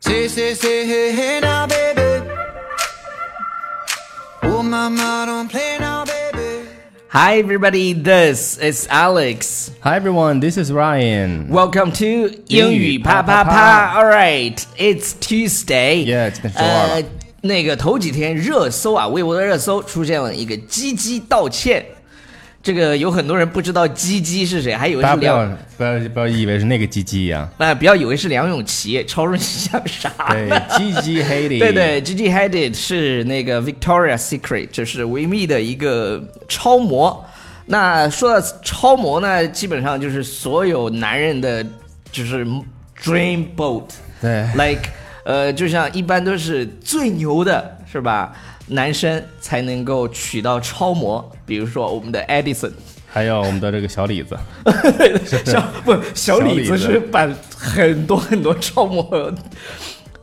Say, say, say, hey, hey now, baby. Oh, mama, don't play now, baby. Hi, everybody. This is Alex. Hi everyone, this is Ryan. Welcome to 英语啪啪啪。All right, it's Tuesday. Yeah, it's been so 呃 long.，那个头几天热搜啊，微博的热搜出现了一个“鸡鸡道歉”，这个有很多人不知道“鸡鸡”是谁，还以为大家是不要梁，不要不要以为是那个鸡鸡呀、那不要以为是梁咏琪，超人像啥？对，鸡鸡黑的。啊 对对，Gigi Hadid 是那个 Victoria Secret，就是维密的一个超模。那说到超模呢，基本上就是所有男人的就是 dream boat，对，like 呃，就像一般都是最牛的是吧？男生才能够娶到超模，比如说我们的 Edison，还有我们的这个小李子，小不小李小子李子是把很多很多超模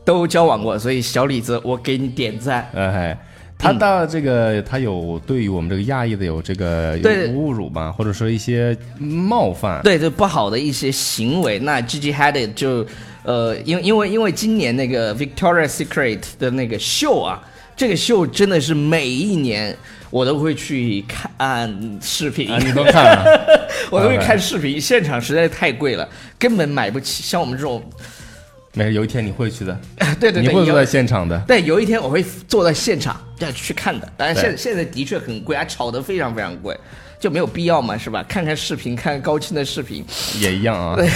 都交往过，所以小李子我给你点赞。哎，他到这个他有对于我们这个亚裔的有这个有对侮辱嘛，或者说一些冒犯。对对不好的一些行为，那 Gigi Hadid 就呃，因因为因为今年那个 Victoria Secret 的那个秀啊，这个秀真的是每一年我都会去看视频，啊，你都看了， 我都会看视频，现场实在太贵了，根本买不起。像我们这种， 没事，有一天你会去的，对对对，你会有坐在现场的。对，有一天我会坐在现场要去看的。当然现对现在的确很贵，啊，炒得非常非常贵，就没有必要嘛，是吧？看看视频，看看高清的视频，也一样啊。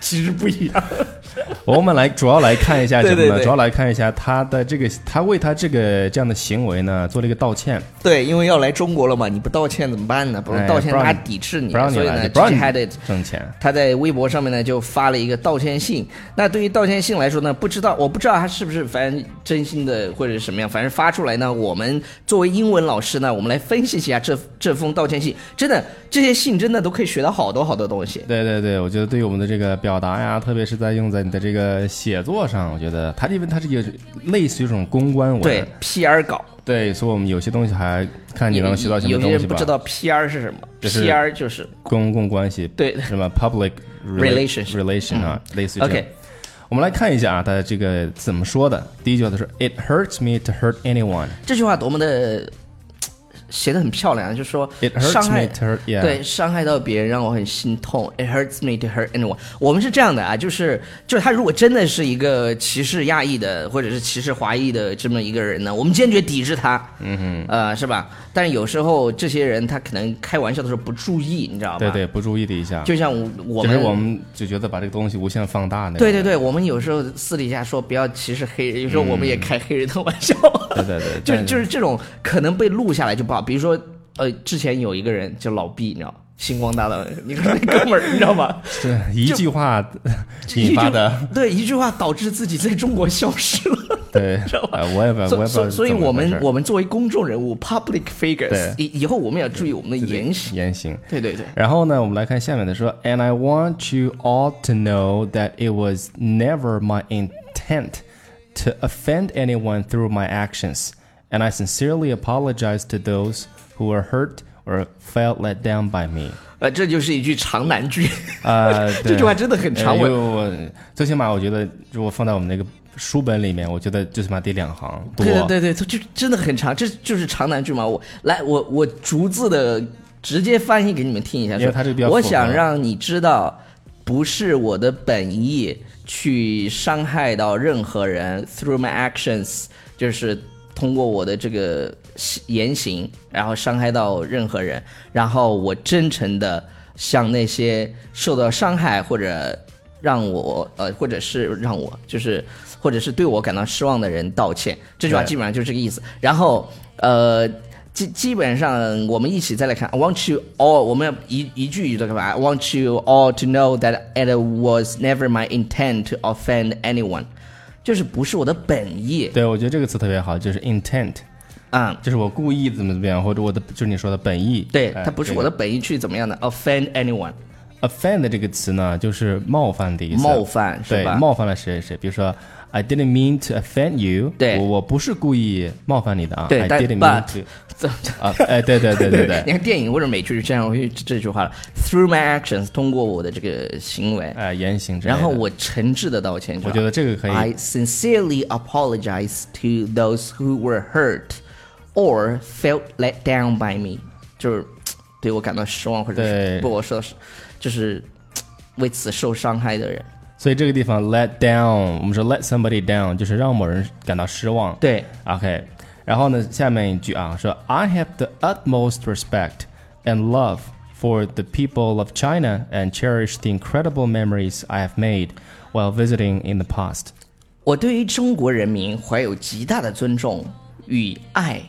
其实不一样。 我们来主要来看一下什么呢？对对对主要来看一下他的这个，他为他这个这样的行为呢做了一个道歉。对，因为要来中国了嘛，你不道歉怎么办呢？不哎道歉，不让他你抵制啊不让你所以来呢就不让你 Gigi Hadid 挣钱。他在微博上面呢就发了一个道歉信。那对于道歉信来说呢，不知道我不知道他是不是反正真心的或者是什么样，反正发出来呢，我们作为英文老师呢，我们来分析一下这这封道歉信。真的，这些信真的都可以学到好多好多东西。对对对，我觉得对于我们的这个表达呀，特别是在用在你的这个写作上，我觉得它因为它是一个类似于一种公关文，对 PR 稿，对所以我们有些东西还看你能学到什么有些东人西不吧知。道 PR 是什么这是，PR 就是公共关系对什么 public Relation relation 啊，类似于这种 OK。我们来看一下啊，它这个怎么说的？第一句话它是 "It hurts me to hurt anyone"。这句话多么的嘖写的很漂亮，啊就说 It hurts 伤害 me to hurt- yeah. 对伤害到别人让我很心痛。It hurts me to hurt anyone。我们是这样的啊，就是就是他如果真的是一个歧视亚裔的或者是歧视华裔的这么一个人呢，我们坚决抵制他，嗯哼，呃，是吧？但是有时候这些人他可能开玩笑的时候不注意，你知道吗？对对，不注意的一下，就像我我就是们我们就觉得把这个东西无限放大那种。对对对，我嗯们有时候私底下说不要歧视黑人，有时候我们也开黑人的玩笑。对对对 就但是是就是这种可能被录下来就不好。比如说，呃，之前有一个人叫老毕，你知道吗，星光大道的，你看那哥们儿，你知道吗？对，一句话 引发的。对一句话导致自己在中国消失了。对，哎我也不，我也所不知道所是所以，怎么我回事们儿我们作为公众人物 （public figures），对以以后我们要注意我们的言行。言行。对对对，然后呢，我们来看下面的说，And I want you all to know that it was never my intent to offend anyone through my actions, and I sincerely apologize to those who were hurt or felt let down by me。 呃，这就是一句长难句，呃，这对句话真的很呃长。因为我我最起码我觉得，如果放在我们那个书本里面，我觉得最起码得两行多。对对对对，就就真的很长，这就是长难句嘛。我来，我我逐字的直接翻译给你们听一下。因为它这个比较我复合想让你知道，不是我的本意去伤害到任何人，through my actions，就是通过我的这个言行，然后伤害到任何人，然后我真诚的向那些受到伤害或者让我呃，或者是让我就是，或者是对我感到失望的人道歉。这句话对基本上就是这个意思。然后呃，基基本上我们一起再来看，I want you all，我们要一一句一句的干嘛？I want you all to know that it was never my intent to offend anyone，就是不是我的本意对，我觉得这个词特别好，就是 intent。啊。嗯就是我故意怎么怎么样，或者我的就是你说的本意。对，哎它不是我的本意去怎么样的 offend anyone，这个 offend 这个词呢，就是冒犯的意思，冒犯是对吧，冒犯了谁谁。比如说 I didn't mean to offend you，对我我不是故意冒犯你的啊。对 I 但 didn't mean but- to 怎么啊，哎，对对对 对你对，看电影或者美剧是这样，我就这这句话了，through my actions，通过我的这个行为，哎，言行之类然后的我诚挚的道歉。我觉得这个可以 I sincerely apologize to those who were hurt or felt let down by me，就是对我感到失望或者对是不我说的是就是为此受伤害的人。所以这个地方 let down，我们说 let somebody down 就是让某人感到失望。对，OK。然后呢，下面一句啊，说 I have the utmost respect and love for the people of China and cherish the incredible memories I have made while visiting in the past。我对于中国人民怀有极大的尊重与爱，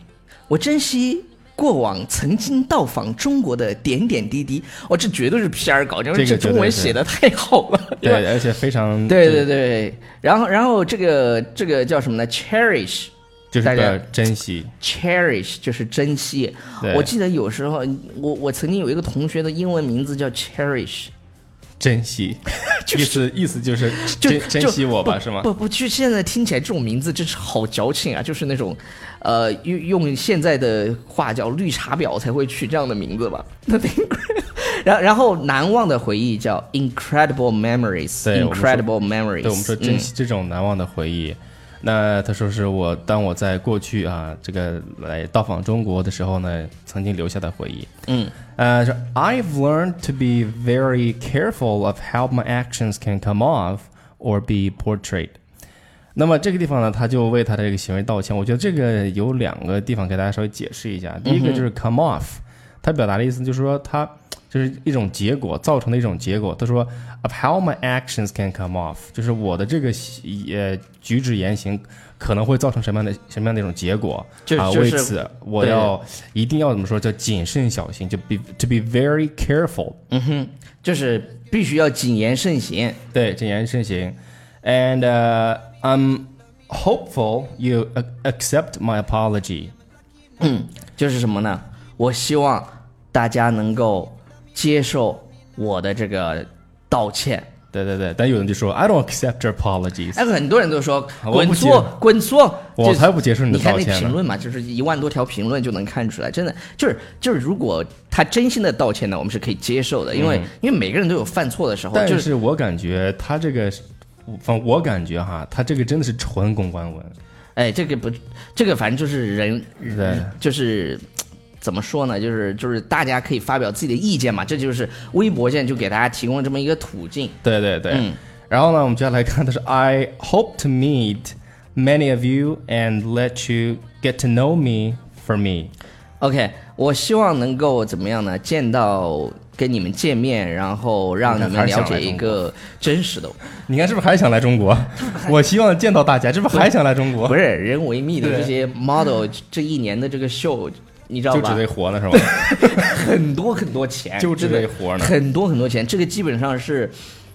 我珍惜过往曾经到访中国的点点滴滴。哦，这绝对是 PR 搞，因为这个这绝对中文是写的太好了。因为对，而且非常对对对，然后然后这个这个叫什么呢？cherish，就是大个家珍惜。 cherish 就是珍惜对。我记得有时候我我曾经有一个同学的英文名字叫 cherish，珍惜， 就是意思意思就是就珍就珍惜我吧，不是吗？不不，就现在听起来这种名字真是好矫情啊！就是那种，呃，用用现在的话叫绿茶婊才会取这样的名字吧。 然然后难忘的回忆叫 incredible 对我们说 memories，incredible memories。对我们说珍惜这种难忘的回忆。那他说是我当我在过去啊，这个来到访中国的时候呢，曾经留下的回忆。嗯，呃，说 I've learned to be very careful of how my actions can come off or be portrayed。那么这个地方呢，他就为他的这个行为道歉。我觉得这个有两个地方给大家稍微解释一嗯下。第一个就是 come off，他表达的意思就是说他就是一种结果造成的一种结果。他说 of how my actions can come off，就是我的这个行呃举止言行可能会造成什么样的什么样的一种结果就啊？就是为此我对要一定要怎么说叫谨慎小心，就 be to be very careful。嗯就是必须要谨言慎行。对，谨言慎行。And、uh, I'm hopeful you ac- accept my apology。就是什么呢？我希望大家能够接受我的这个道歉。对对对，但有人就说 I don't accept your apologies。哎，很多人都说啊我滚不接错，滚错，我就是才不接受你的你看道那歉呢评论嘛，就是一万多条评论就能看出来，真的就是就是，如果他真心的道歉呢，我们是可以接受的，因为、因为每个人都有犯错的时候，嗯但就是是我感觉他这个是，反我感觉哈，他这个真的是纯公关文。哎，这个不，这个反正就是人，对嗯就是怎么说呢？就是就是大家可以发表自己的意见嘛，这就是微博现在就给大家提供了这么一个途径。嗯对对对。然后呢，我们接下来看的是 I hope to meet many of you and let you get to know me for me。 OK，我希望能够怎么样呢？见到跟你们见面，然后让你们了解一个真实的，你 看是不是还想来中国？我希望见到大家，这不是还想来中国？不是人为密的对这些 model 这一年的这个秀，你知道就只吧为？活呢是吧？ 很多很多钱，就只真的为活呢很多很多钱，这个基本上是，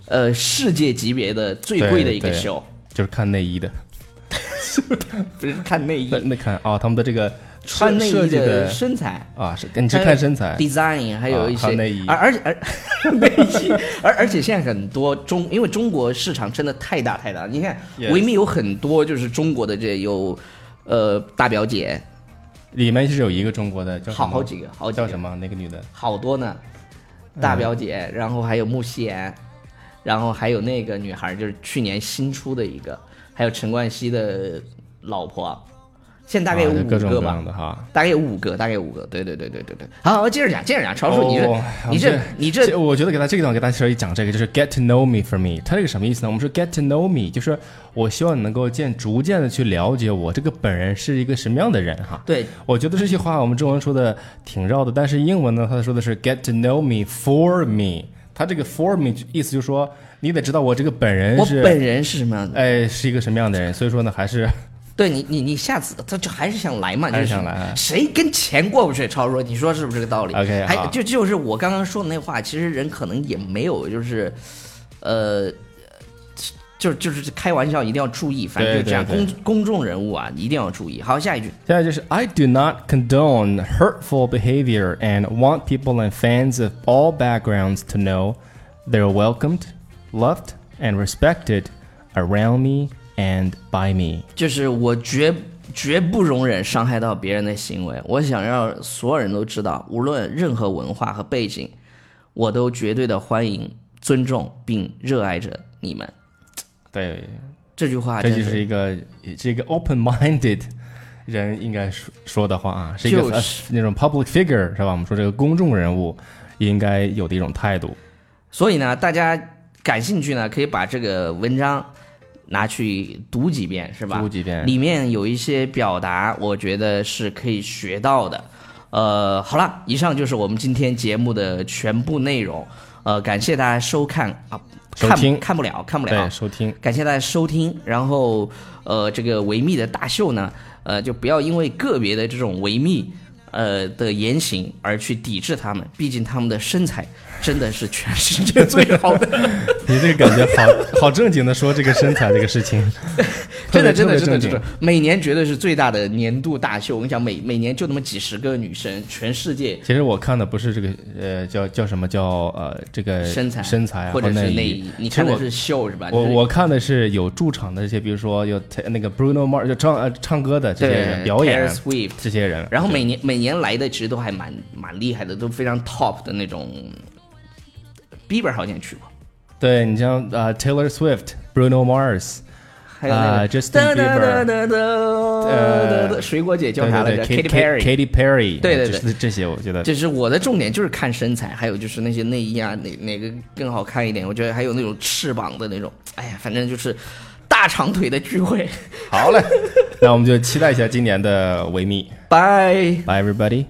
呃，世界级别的最贵的一个对对秀，就是看内衣的，不是看内衣那，那看啊，他们的这个穿内设衣计的的身材。啊，是你是还有看身材，啊 design，还有一还些有内衣而而且而 内衣，而而且现在很多中，因为中国市场真的太大太大，你看 Yes 维密有很多就是中国的这有，呃大表姐，里面是有一个中国的，叫什么好好几个好几个叫什么？那嗯个女的好多呢，大表姐，然后还有穆希言，然后还有那个女孩，就是去年新出的一个，还有陈冠希的老婆，现在大概有啊就五各种个各吧样。的哈。大概有五个，大概有五个，对对对对对对。好，接着讲，接着讲，超叔，你哦这，你我这，你这这，我觉得给他这个地方给大家稍微讲这个，就是 get to know me for me，它这个什么意思呢？我们说 get to know me，就是我希望你能够渐逐渐的去了解我这个本人是一个什么样的人哈。对，我觉得这句话我们中文说的挺绕的，但是英文呢，他说的是 get to know me for me，他这个 for me 意思就是说你得知道我这个本人我是，本人是什么样的？哎，是一个什么样的人，所以说呢，还是 对你，你你下次他就还是想来嘛，还就是是想来啊谁跟钱过不去？超叔，你说是不是这个道理 OK，还好就就是我刚刚说的那话，其实人可能也没有，就是，呃，就就是开玩笑，一定要注意，反正就是这样，对对公公众人物啊，一定要注意。好，下一句，现在就是 I do not condone hurtful behavior and want people and fans of all backgrounds to know they're welcomed, loved, and respected around me and by me。就是我绝绝不容忍伤害到别人的行为。我想让所有人都知道，无论任何文化和背景，我都绝对的欢迎、尊重并热爱着你们。对，这句话这真就是是一个是一个 open-minded 人应该说说的话啊，是一个、就是呃那种 public figure 是吧？我们说这个公众人物应该有的一种态度。所以呢，大家感兴趣呢，可以把这个文章拿去读几遍，是吧？读几遍里面有一些表达，我觉得是可以学到的。呃，好了，以上就是我们今天节目的全部内容。呃，感谢大家收看啊，收看听看不了，看不了对，，收听感谢大家收听。然后，呃，这个维密的大秀呢，呃，就不要因为个别的这种维密呃的言行而去抵制他们，毕竟他们的身材真的是全世界最好 的，你这个感觉好好正经的说这个身材这个事情， 真的特真别的真的特别正经真的，每年绝对是最大的年度大秀。我跟你讲，每每年就那么几十个女生，全世界其实我看的不是这个呃叫叫什么叫呃这个身材身材啊或者是内内衣，你其实看的我是秀是吧？我就是我看的是有驻场的这些，比如说有 Ta- 那个 Bruno Mars 就唱呃唱歌的这些人对表演 Taylor Swift 这些人，然后每年每年来的其实都还蛮蛮厉害的，都非常 top 的那种。Bieber 好像去过，对你像呃 Taylor Swift、Bruno Mars，还有那啊个，Justin Bieber 呃呃，水果姐叫啥来着对？Katy 对对 Katy Perry。 Katy Perry，对对这对这些我觉得就是我的重点就是看身材，还有就是那些内衣啊，哪哪个更好看一点？我觉得还有那种翅膀的那种，哎呀，反正就是大长腿的聚会。 好嘞，那我们就期待一下今年的维密拜。 ，Bye everybody。